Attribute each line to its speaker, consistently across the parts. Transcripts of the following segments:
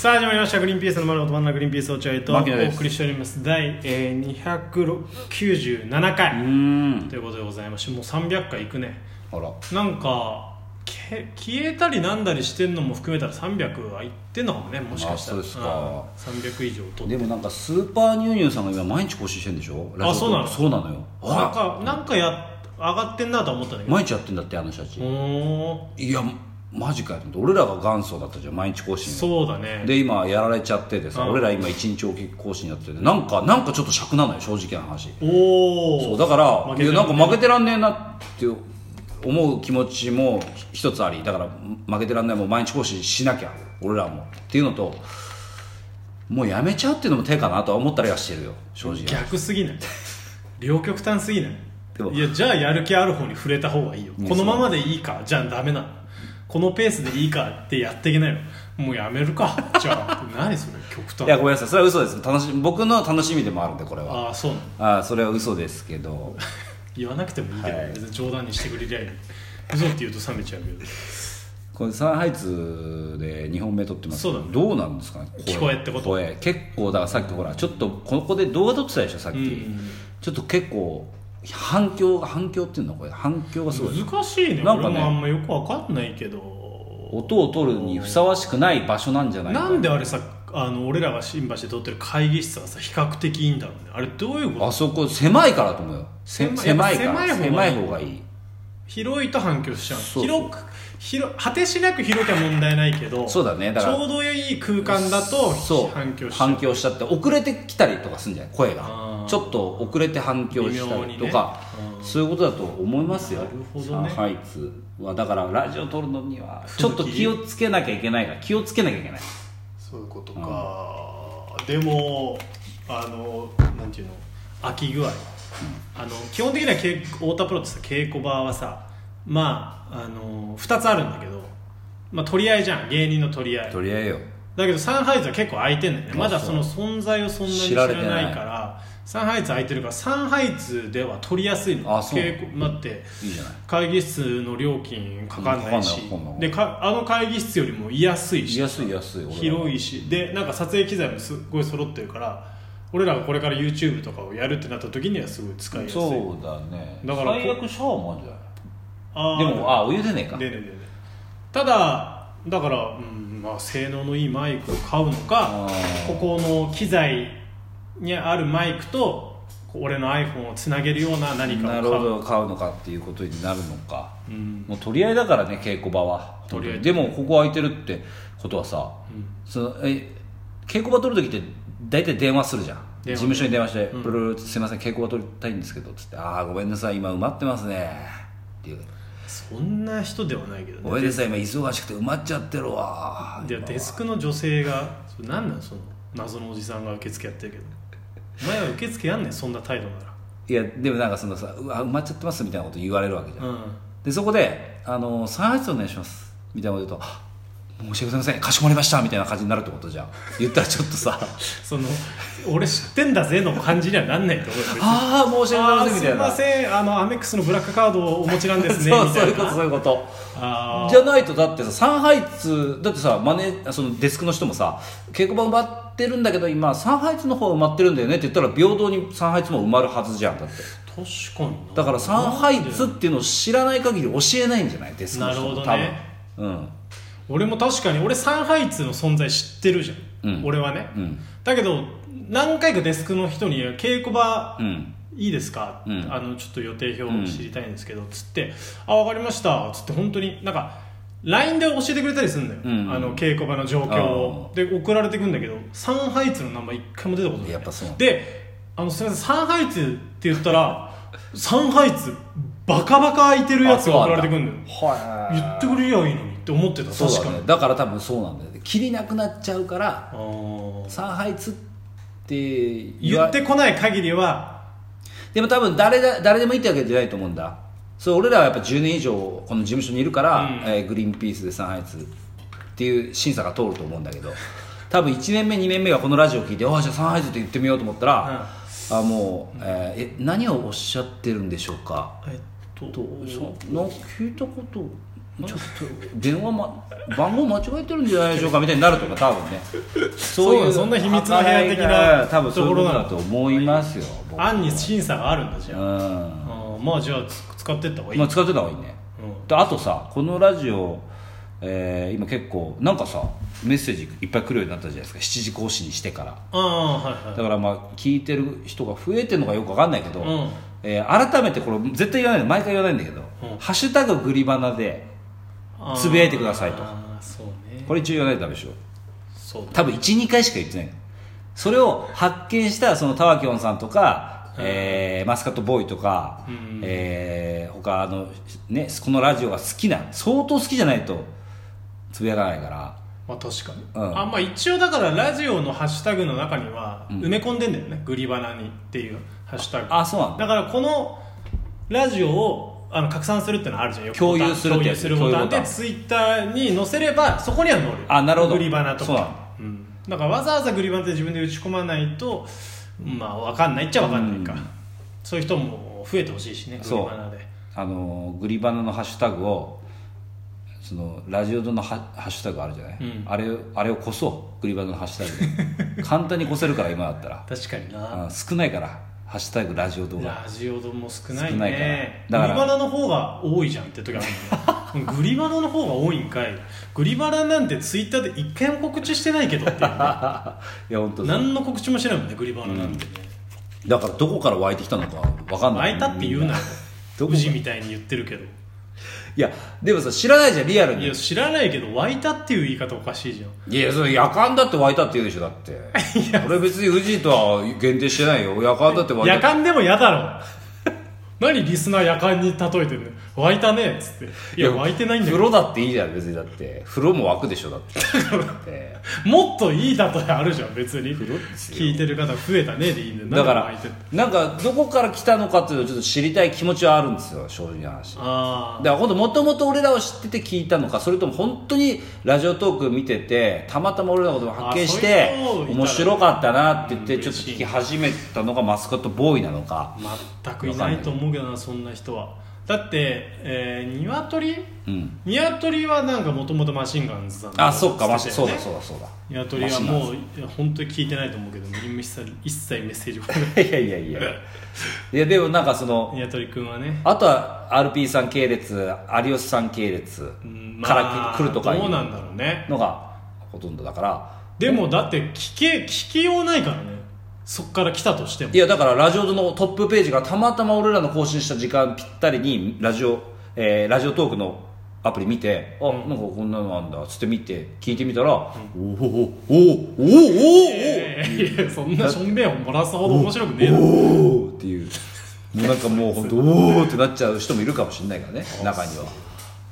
Speaker 1: さあ始まりました「グリーンピースの丸ごと真ん中グリーンピース落合」と
Speaker 2: 牧野
Speaker 1: お
Speaker 2: です
Speaker 1: 送りしております第、えー、297
Speaker 2: う
Speaker 1: 回
Speaker 2: ん
Speaker 1: ということでございましてもう300回いくね
Speaker 2: あら
Speaker 1: なんかけ消えたりなんだりしてんのも含めたら300はいってんのかもねもしかしたら
Speaker 2: あそうですか
Speaker 1: うん300以上と
Speaker 2: でもなんかスーパーニューニューさんが今毎日更新してんでしょラジオトークそうなのよ
Speaker 1: なん
Speaker 2: あ
Speaker 1: かなんかや上がってんなとは思ったんだけど
Speaker 2: 毎日やってんだってあの人たち、
Speaker 1: お
Speaker 2: いやマジかよと思って俺らが元祖だったじゃん毎日更新
Speaker 1: そうだね
Speaker 2: で今やられちゃっててさ、
Speaker 1: うん
Speaker 2: 俺ら今一日おき更新やっててなんかなんかちょっと尺なのよ正直な話
Speaker 1: おお
Speaker 2: そうだから
Speaker 1: 負け
Speaker 2: い
Speaker 1: て
Speaker 2: や
Speaker 1: る
Speaker 2: なんか負けてらんねえなって思う気持ちも一つありだから負けてらんないもう毎日更新しなきゃ俺らもっていうのともうやめちゃうっていうのも手かなとは思ったりはしてるよ正直
Speaker 1: 逆すぎない両極端すぎない
Speaker 2: でも
Speaker 1: いやじゃあやる気ある方に触れた方がいいよ
Speaker 2: うん
Speaker 1: このままでいいかじゃあダメなのこのペースでいいかってやっていけないのもうやめるかじゃあ何それ極
Speaker 2: いや
Speaker 1: 端
Speaker 2: ごめんなさいそれは嘘です楽しみ僕の楽しみでもあるんでこれは
Speaker 1: ああそうなの
Speaker 2: ああそれは嘘ですけど
Speaker 1: 言わなくてもいいけど、
Speaker 2: はい
Speaker 1: 別に冗談にしてくれりゃいい嘘って言うと冷めちゃうけど
Speaker 2: これ上海通で2本目撮ってますけど
Speaker 1: そうだね
Speaker 2: どうなんですかね
Speaker 1: 聞こえってこと
Speaker 2: 声結構だからさっきほらちょっとここで動画撮ってたでしょさっき、
Speaker 1: うん
Speaker 2: ちょっと結構反響が反響っていうのこれ反響がすごい
Speaker 1: 難しいね
Speaker 2: なんかね
Speaker 1: 俺もあんまよくわかんないけど
Speaker 2: 音を取るにふさわしくない場所なんじゃないか
Speaker 1: なんであれさあの俺らが新橋で撮ってる会議室はさ比較的いいんだろうねあれどういうこと
Speaker 2: あそこ狭いからと思うよせ
Speaker 1: 狭
Speaker 2: 狭
Speaker 1: い
Speaker 2: いから
Speaker 1: やっぱ狭
Speaker 2: 狭
Speaker 1: い
Speaker 2: い
Speaker 1: 方
Speaker 2: 方
Speaker 1: が
Speaker 2: が
Speaker 1: い
Speaker 2: い
Speaker 1: い
Speaker 2: い
Speaker 1: 広いと反響しちゃう
Speaker 2: そうそ
Speaker 1: 広
Speaker 2: う
Speaker 1: く広果てしなく広きゃ問題ないけど
Speaker 2: そうだねだから
Speaker 1: ちょうどいい空間だと
Speaker 2: そう
Speaker 1: 反響しちゃう
Speaker 2: 反響しちゃって遅れてきたりとかするんじゃない声
Speaker 1: あー
Speaker 2: がちょっと遅れて反響したりとか、
Speaker 1: 微妙にねうん
Speaker 2: そういうことだと思いますよ
Speaker 1: なるほどね
Speaker 2: 上海通はだからラジオ撮るのに はちょっと気をつけなきゃいけないから気をつけなきゃいけない
Speaker 1: そういうことか、でもあのなんていうの飽き具合、あの基本的にはけ太田プロってさ稽古場はさまああの2つあるんだけど、まあ、取り合いじゃん芸人の取り合い
Speaker 2: とりあえずよ
Speaker 1: だけどサンハイズは結構空いてんだよね
Speaker 2: そう
Speaker 1: まだその存在をそんなに知
Speaker 2: 知
Speaker 1: ら
Speaker 2: ら
Speaker 1: な
Speaker 2: れてない
Speaker 1: いからサンハイズ空いてるからサンハイズでは取りやすいの
Speaker 2: あそう
Speaker 1: 稽古待って
Speaker 2: いいじゃない
Speaker 1: 会議室の料金かかんないし
Speaker 2: うんかかんないかかんない
Speaker 1: でかあの会議室よりも居やすいし
Speaker 2: 安い安い俺ら
Speaker 1: 広いしでなんか撮影機材もすごい揃ってるから俺らがこれから YouTube とかをやるってなった時にはすごい使いやすい
Speaker 2: そうだね
Speaker 1: だからこう
Speaker 2: 最悪シャワーもあるんじゃない
Speaker 1: あー
Speaker 2: でもあお湯出ねえか
Speaker 1: でねでねただだから、うんまあ、性能のいいマイクを買うのか
Speaker 2: あ
Speaker 1: こ
Speaker 2: ー
Speaker 1: この機材にあるマイクとこう俺の iPhone をつなげるような何かを買
Speaker 2: な
Speaker 1: う
Speaker 2: るほど買うのかっていうことになるのか
Speaker 1: うん
Speaker 2: もう取り合いだからね稽古場は
Speaker 1: 取り合い
Speaker 2: でもここ空いてるってことはさ、そのえ稽古場取る時って大体電話するじゃん
Speaker 1: 電
Speaker 2: 事
Speaker 1: 話
Speaker 2: 務所に電話して「
Speaker 1: うん
Speaker 2: プルルルすいません稽古場取りたいんですけど」つって「ああごめんなさい今埋まってますね」っていう
Speaker 1: そんな人ではないけ
Speaker 2: 「
Speaker 1: ど
Speaker 2: ご
Speaker 1: ね
Speaker 2: めんなさい今忙しくて埋まっちゃってるわ」
Speaker 1: でデスクの女性がそれ何なんその謎のおじさんが受付やってるけどお前は受付やんねんそんな態度なら
Speaker 2: いやでもなんかそのさ「うわ埋まっちゃってます」みたいなこと言われるわけじゃん
Speaker 1: うん
Speaker 2: でそこで「あの再発お願いします」みたいなこと言うとあ「申し訳ございませんかしこまりました」みたいな感じになるってことじゃん言ったらちょっとさ「
Speaker 1: その俺知ってんだぜの感じにはなんないと思うよ別に
Speaker 2: ああ申し訳ござい
Speaker 1: あ
Speaker 2: ま
Speaker 1: ー
Speaker 2: せん」み
Speaker 1: す
Speaker 2: た
Speaker 1: い
Speaker 2: いな
Speaker 1: ませんあのアメックスのブラックカードをお持ちなんですね
Speaker 2: そう
Speaker 1: み
Speaker 2: そ
Speaker 1: た
Speaker 2: うい
Speaker 1: いう
Speaker 2: こと
Speaker 1: な
Speaker 2: そういうこと
Speaker 1: あー
Speaker 2: じゃないとだってさ上海通だってさマネそのデスクの人もさ稽古場埋まってるんだけど今上海通の方埋まってるんだよねって言ったら平等に上海通も埋まるはずじゃんだって
Speaker 1: 確かにな
Speaker 2: だから上海通っていうのを知らない限り教えないんじゃないデスクの人も
Speaker 1: なるほどね
Speaker 2: 多分うん
Speaker 1: 俺も確かに俺サンハイツの存在知ってるじゃん、
Speaker 2: うん
Speaker 1: 俺はね、
Speaker 2: うん
Speaker 1: だけど何回かデスクの人に「稽古場
Speaker 2: うん
Speaker 1: いいですか
Speaker 2: うん
Speaker 1: あのちょっと予定表を知りたいんですけど」つって「あ分かりました」つって本当になんか LINE で教えてくれたりするんだよ、
Speaker 2: うん
Speaker 1: あの稽古場の状況をで送られてくんだけどサンハイツの名前一回も出たことない
Speaker 2: やっぱそう
Speaker 1: であのすみませんサンハイツって言ったらサンハイツバカバカ空いてるやつが送られてくんだよ
Speaker 2: は
Speaker 1: 言ってくれりゃいいのにって思ってた
Speaker 2: そう
Speaker 1: 確か
Speaker 2: だ
Speaker 1: に
Speaker 2: ねだから多分そうなんだよね切りなくなっちゃうから
Speaker 1: あー
Speaker 2: 上海つって
Speaker 1: 言
Speaker 2: わ
Speaker 1: ってこない限りは
Speaker 2: でも多分誰だ誰でもいいってわけじゃないと思うんだそう俺らはやっぱ10年以上この事務所にいるから、
Speaker 1: うん
Speaker 2: えーグリーンピースで上海つっていう審査が通ると思うんだけど多分1年目2年目がこのラジオを聞いて「ああじゃあ上海つって言ってみよう」と思ったら、あもう、えーえ何をおっしゃってるんでしょうか
Speaker 1: えっと
Speaker 2: とその聞いたことちょっと電 話、ま、番号間違えてるんじゃないでしょうかみたいになるとか多分ね
Speaker 1: そう
Speaker 2: い
Speaker 1: そんな秘密の部屋的な
Speaker 2: 多分そういう
Speaker 1: ところ
Speaker 2: こと
Speaker 1: なの
Speaker 2: だと思いますよ僕
Speaker 1: 案に審査があるんだじ
Speaker 2: う
Speaker 1: ゃ
Speaker 2: ん、
Speaker 1: ああーまあじゃあつ使ってった方がいい、
Speaker 2: まあ、使ってた方がいいね
Speaker 1: うん
Speaker 2: であとさこのラジオ、えー今結構なんかさメッセージいっぱい来るようになったじゃないですか7時更新してから
Speaker 1: ああはいはい
Speaker 2: だからまあ聞いてる人が増えてるのかよくわかんないけど、
Speaker 1: うん
Speaker 2: えー改めてこれ絶対言わないで毎回言わないんだけど「
Speaker 1: うん
Speaker 2: ハッシュタググリバナ」で
Speaker 1: あー
Speaker 2: つぶやいてくださいと
Speaker 1: あーそうね
Speaker 2: これ一応言わないとダメでしょ
Speaker 1: そうだ
Speaker 2: 多分12回しか言ってないそれを発見したそのタワキョンさんとか、
Speaker 1: うん
Speaker 2: えーマスカットボーイとか、
Speaker 1: うん
Speaker 2: えー他あの、ね、このラジオが好きな相当好きじゃないとつぶやかないから
Speaker 1: まあ確かに、
Speaker 2: うん
Speaker 1: あまあ一応だからラジオのハッシュタグの中には埋め込んでんだよね、グリバナにっていうハッシュタグ
Speaker 2: あそうなん
Speaker 1: だ
Speaker 2: だ
Speaker 1: からこのラジオをあの拡散するっていうのはあるじゃんよく
Speaker 2: 共有するっ
Speaker 1: 共
Speaker 2: て
Speaker 1: 有
Speaker 2: やつ
Speaker 1: するボタン
Speaker 2: 共有ボタン
Speaker 1: でツイッターに載せればそこには載る
Speaker 2: あなるほど
Speaker 1: グリバナと
Speaker 2: そうなの
Speaker 1: かうんだからわざわざグリバナって自分で打ち込まないとまあ分かんないっちゃ分かんないか、
Speaker 2: うん
Speaker 1: そういう人も増えてほしいしねグ
Speaker 2: そう
Speaker 1: リバナで
Speaker 2: あのグリバナのハッシュタグをそのラジオドのハハッシュタグあるじゃない、
Speaker 1: うん
Speaker 2: あれあれをこそうグリバナのハッシュ タグで簡単にこせるから今だったら
Speaker 1: 確かにな、
Speaker 2: うん少ないから「ハッシュタグラジオ動画
Speaker 1: ラジオドも少ない
Speaker 2: 少ないから
Speaker 1: ね
Speaker 2: だから
Speaker 1: グリバナの方が多いじゃんって時あ るもんねグリバナの方が多いんかいグリバナなんてツイッターで一回も告知してないけどっていうね
Speaker 2: いや本当
Speaker 1: 何の告知もしないもんねグリバナなんてね、
Speaker 2: だからどこから湧いてきたのかわかんない
Speaker 1: 泣いたって言うなよ
Speaker 2: どこ
Speaker 1: 宇治みたいに言ってるけど
Speaker 2: いやでもさ知らないじゃんリアルに
Speaker 1: いや知らないけど湧いたっていう言い方おかしいじゃん
Speaker 2: いやそれ夜間だって湧いたって言うでしょだって俺別に宇治とは限定してないよ夜間だって湧いた
Speaker 1: 夜間でも嫌だろ 何リスナー夜間に例えてるの湧いたねっつっていや湧いてないんだけ
Speaker 2: 風
Speaker 1: ど
Speaker 2: 呂だっていいじゃん別にだって風呂も湧くでしょだってだって
Speaker 1: もっといい例えあるじゃん別に
Speaker 2: 呂ですよ
Speaker 1: 聞いてる方増えたねでいいんだよ
Speaker 2: だか
Speaker 1: なん
Speaker 2: ら
Speaker 1: で湧いてる
Speaker 2: なんかどこから来たのかっていうのをちょっと知りたい気持ちはあるんですよ正直な話だか
Speaker 1: あ
Speaker 2: ら本当もともと俺らを知ってて聞いたのかそれとも本当にラジオトーク見ててたまたま俺らのことを発見して
Speaker 1: あそういう人いたら
Speaker 2: 面白かったなって言って
Speaker 1: うん
Speaker 2: ちょっと
Speaker 1: 嬉しい
Speaker 2: 聞き始めたのがマスコットボーイなのか
Speaker 1: あ全くいないと思うけどなそんな人はだって、えー、鶏
Speaker 2: うん
Speaker 1: 鶏はなんかもともとマシンガンズさん
Speaker 2: あそっかマシ
Speaker 1: ン
Speaker 2: そうだそうだそうだ
Speaker 1: ニワトリはもういや本当に聞いてないと思うけど一切一切メッセージ来ない
Speaker 2: いやいやいやいやでもなんかその
Speaker 1: ニワトリ君はね
Speaker 2: あとは RP さん系列有吉さん系列
Speaker 1: うん
Speaker 2: から来るとかい
Speaker 1: どう
Speaker 2: う
Speaker 1: なんだろうね
Speaker 2: のがほとんどだから
Speaker 1: でもだって聞け聞きようないからねそっから来たとしても
Speaker 2: いやだからラジオのトップページがたまたま俺らの更新した時間ぴったりにラジオ、えーラジオトークのアプリ見てあ、なんかこんなのあんだつって見て聞いてみたら、おーおーおーおーおー
Speaker 1: えーいやそんなしょんべんを漏らすほど面白くねえ
Speaker 2: お
Speaker 1: だろ
Speaker 2: ーおーっていうもうなんかもう本当おおってなっちゃう人もいるかもしれないからね中には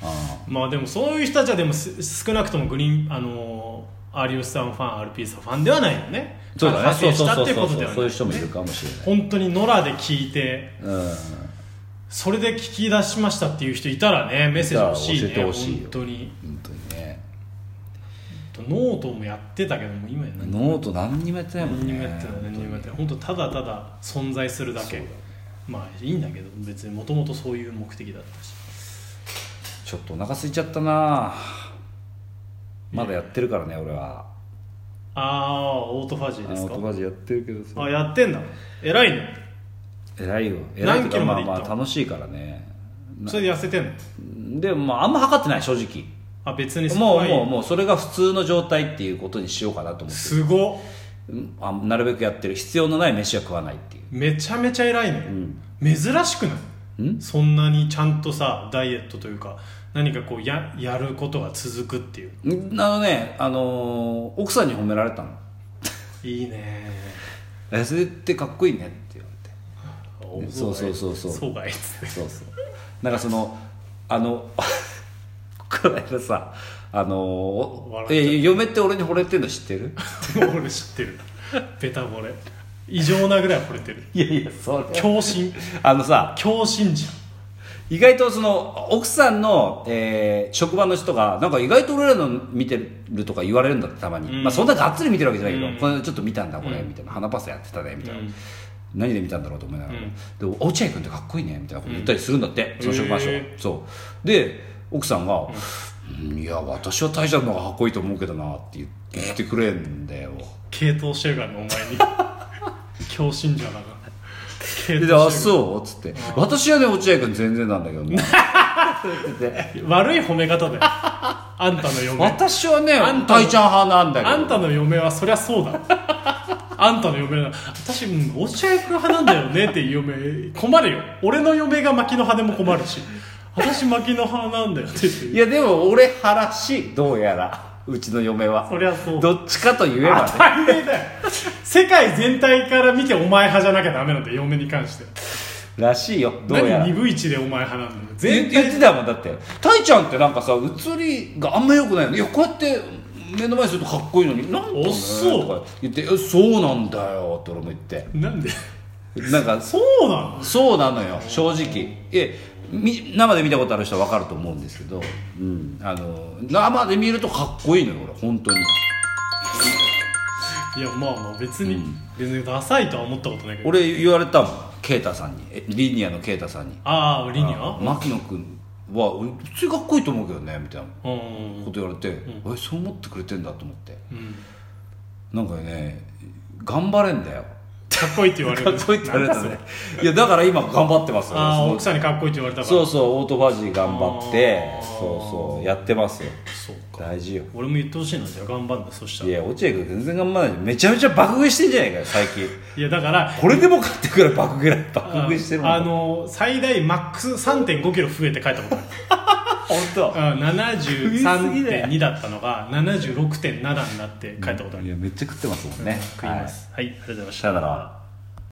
Speaker 2: あ
Speaker 1: まあでもそういう人たちはでもす少なくともグリーンあのー有吉さんファン RP さんファンではないよね
Speaker 2: ーそうだね
Speaker 1: 派
Speaker 2: そう
Speaker 1: 生
Speaker 2: そう
Speaker 1: した
Speaker 2: そ
Speaker 1: っ
Speaker 2: う
Speaker 1: ていう
Speaker 2: そ
Speaker 1: こ
Speaker 2: う
Speaker 1: とでは
Speaker 2: そういう
Speaker 1: ね
Speaker 2: 人もいるかもしれない
Speaker 1: 本当に野良で聞いて
Speaker 2: うん
Speaker 1: それで聞き出しましたっていう人いたらねメッセージ欲しいね
Speaker 2: いたら教えてほしいよ
Speaker 1: 本当に
Speaker 2: 本当にね
Speaker 1: ノートもやってたけども今や何
Speaker 2: ノート何にもやってないもん
Speaker 1: に
Speaker 2: ね
Speaker 1: もやってない何にもやってない本当ただただ存在するだけまあいいんだけど別にもともとそういう目的だったし
Speaker 2: ちょっとお腹空いちゃったなまだやってるからね俺は
Speaker 1: ああオートファジー
Speaker 2: あ
Speaker 1: で
Speaker 2: の
Speaker 1: す
Speaker 2: オート
Speaker 1: か
Speaker 2: バジやってるけど
Speaker 1: あ
Speaker 2: さ
Speaker 1: やってんだ偉いね
Speaker 2: 偉いよ偉い
Speaker 1: 何
Speaker 2: と
Speaker 1: キ
Speaker 2: か
Speaker 1: ロ
Speaker 2: ま
Speaker 1: ま
Speaker 2: あ
Speaker 1: で行ったの
Speaker 2: まあ楽しいからね
Speaker 1: それで痩せてんの
Speaker 2: でもまああんま測ってない正直
Speaker 1: あ別に
Speaker 2: もう
Speaker 1: はい
Speaker 2: もうもうそれが普通の状態っていうことにしようかなと思って
Speaker 1: すごっ
Speaker 2: うんあなるべくやってる必要のない飯は食わないっていう
Speaker 1: めちゃめちゃ偉いね、珍しくない
Speaker 2: ん
Speaker 1: そんなにちゃんとさダイエットというか何かこうややることが続くっていうん
Speaker 2: あのね、あのー奥さんに褒められたの
Speaker 1: いいね
Speaker 2: 「痩せてかっこいいね」って言われて
Speaker 1: お
Speaker 2: そうそうそうそう
Speaker 1: そうかいっ つって
Speaker 2: そうそうなんかそのあの この間さあのお
Speaker 1: 笑っちゃった
Speaker 2: え嫁って俺に惚れてんの知ってる
Speaker 1: 俺知ってるベタ惚れ異常なぐらい惚れてる
Speaker 2: いやいやそれ
Speaker 1: 狂信
Speaker 2: あのさ
Speaker 1: 狂信じ
Speaker 2: 意外とその奥さんの、えー職場の人がなんか意外と俺らの見てるとか言われるんだってたまに、
Speaker 1: うん
Speaker 2: まあ、そんながっつり見てるわけじゃないけど、
Speaker 1: うん
Speaker 2: これちょっと見たんだこれ、
Speaker 1: うん
Speaker 2: みたいな花パスやってたねみたいな、
Speaker 1: うん
Speaker 2: 何で見たんだろうと思いながら、
Speaker 1: うん
Speaker 2: で落合君ってかっこいいねみたいなこと言ったりするんだって、
Speaker 1: うん
Speaker 2: その職場の人が、
Speaker 1: へー
Speaker 2: そうで奥さんが「うんいや私は大したのがかっこいいと思うけどな」って言ってくれんだよ
Speaker 1: 傾倒してるからねお前に強信者だから傾
Speaker 2: で「あ
Speaker 1: 倒してる
Speaker 2: そう」っつって「私はね落合君全然なんだ けどね」って言って
Speaker 1: 悪い褒め方だよあんたの嫁
Speaker 2: 私はね
Speaker 1: あんたの
Speaker 2: 大ちゃん派なんだけど
Speaker 1: あんたの嫁はそりゃそうだ あんたの嫁な私、うん、落合君派なんだよねっていう嫁困るよ俺の嫁が牧野派でも困るし私牧野派なんだよって言って
Speaker 2: いやでも俺派らしいどうやらうちの嫁は
Speaker 1: そりゃそう
Speaker 2: どっちかと言えばね
Speaker 1: 大変だよ世界全体から見てお前派じゃなきゃダメなんだよ嫁に関して
Speaker 2: らしいよどうやら
Speaker 1: 何二分一でお前派なんだよ
Speaker 2: 言
Speaker 1: 全
Speaker 2: 言って
Speaker 1: 体
Speaker 2: たもんだってたいちゃんってなんかさ映りがあんま良くないのいやこうやって目の前にするとかっこいいのになんか、ね、
Speaker 1: あそう
Speaker 2: とか言ってえ「そうなんだよ」って俺も言って
Speaker 1: なんで
Speaker 2: なんか
Speaker 1: そうなの
Speaker 2: そうなのよ正直えみ生で見たことある人は分かると思うんですけど、うん、あの生で見るとかっこいいのよ俺本当に
Speaker 1: いやまあまあ別に、別にダサいとは思ったことないけど
Speaker 2: 俺言われたもん啓太さんにえリニアの啓太さんに
Speaker 1: ああリニ
Speaker 2: あ
Speaker 1: ア
Speaker 2: 牧野君は俺普通にかっこいいと思うけどねみたいな
Speaker 1: うん
Speaker 2: こと言われて、えそう思ってくれてんだと思って
Speaker 1: うん
Speaker 2: なんかね頑張れんだよ
Speaker 1: かっこいいって言われる
Speaker 2: かっこいいって言われたねいやだから今頑張ってますよ
Speaker 1: ああ
Speaker 2: そ
Speaker 1: 奥さんにかっこいいって言われた
Speaker 2: う
Speaker 1: から
Speaker 2: そうそうオートファジー頑張って
Speaker 1: あー
Speaker 2: そうそうやってますよ
Speaker 1: そう
Speaker 2: 大事よ
Speaker 1: 俺も言ってほしいなじゃあ頑張るんだそした
Speaker 2: い
Speaker 1: ら
Speaker 2: や落合君全然頑張らないめちゃめちゃ爆食いしてんじゃないかよ最近
Speaker 1: いやだから
Speaker 2: これでも買ってくらい爆食い爆食いしてるもん
Speaker 1: あの最大マックス3 5キロ増えて帰ったことある
Speaker 2: 本当
Speaker 1: うん
Speaker 2: 食いすぎだよ
Speaker 1: 73.2だったのが76.7になって帰ったことあ
Speaker 2: い
Speaker 1: る
Speaker 2: やめっちゃ食ってますもんね
Speaker 1: 食いますはいありがとうございまし
Speaker 2: さ
Speaker 1: た
Speaker 2: よなら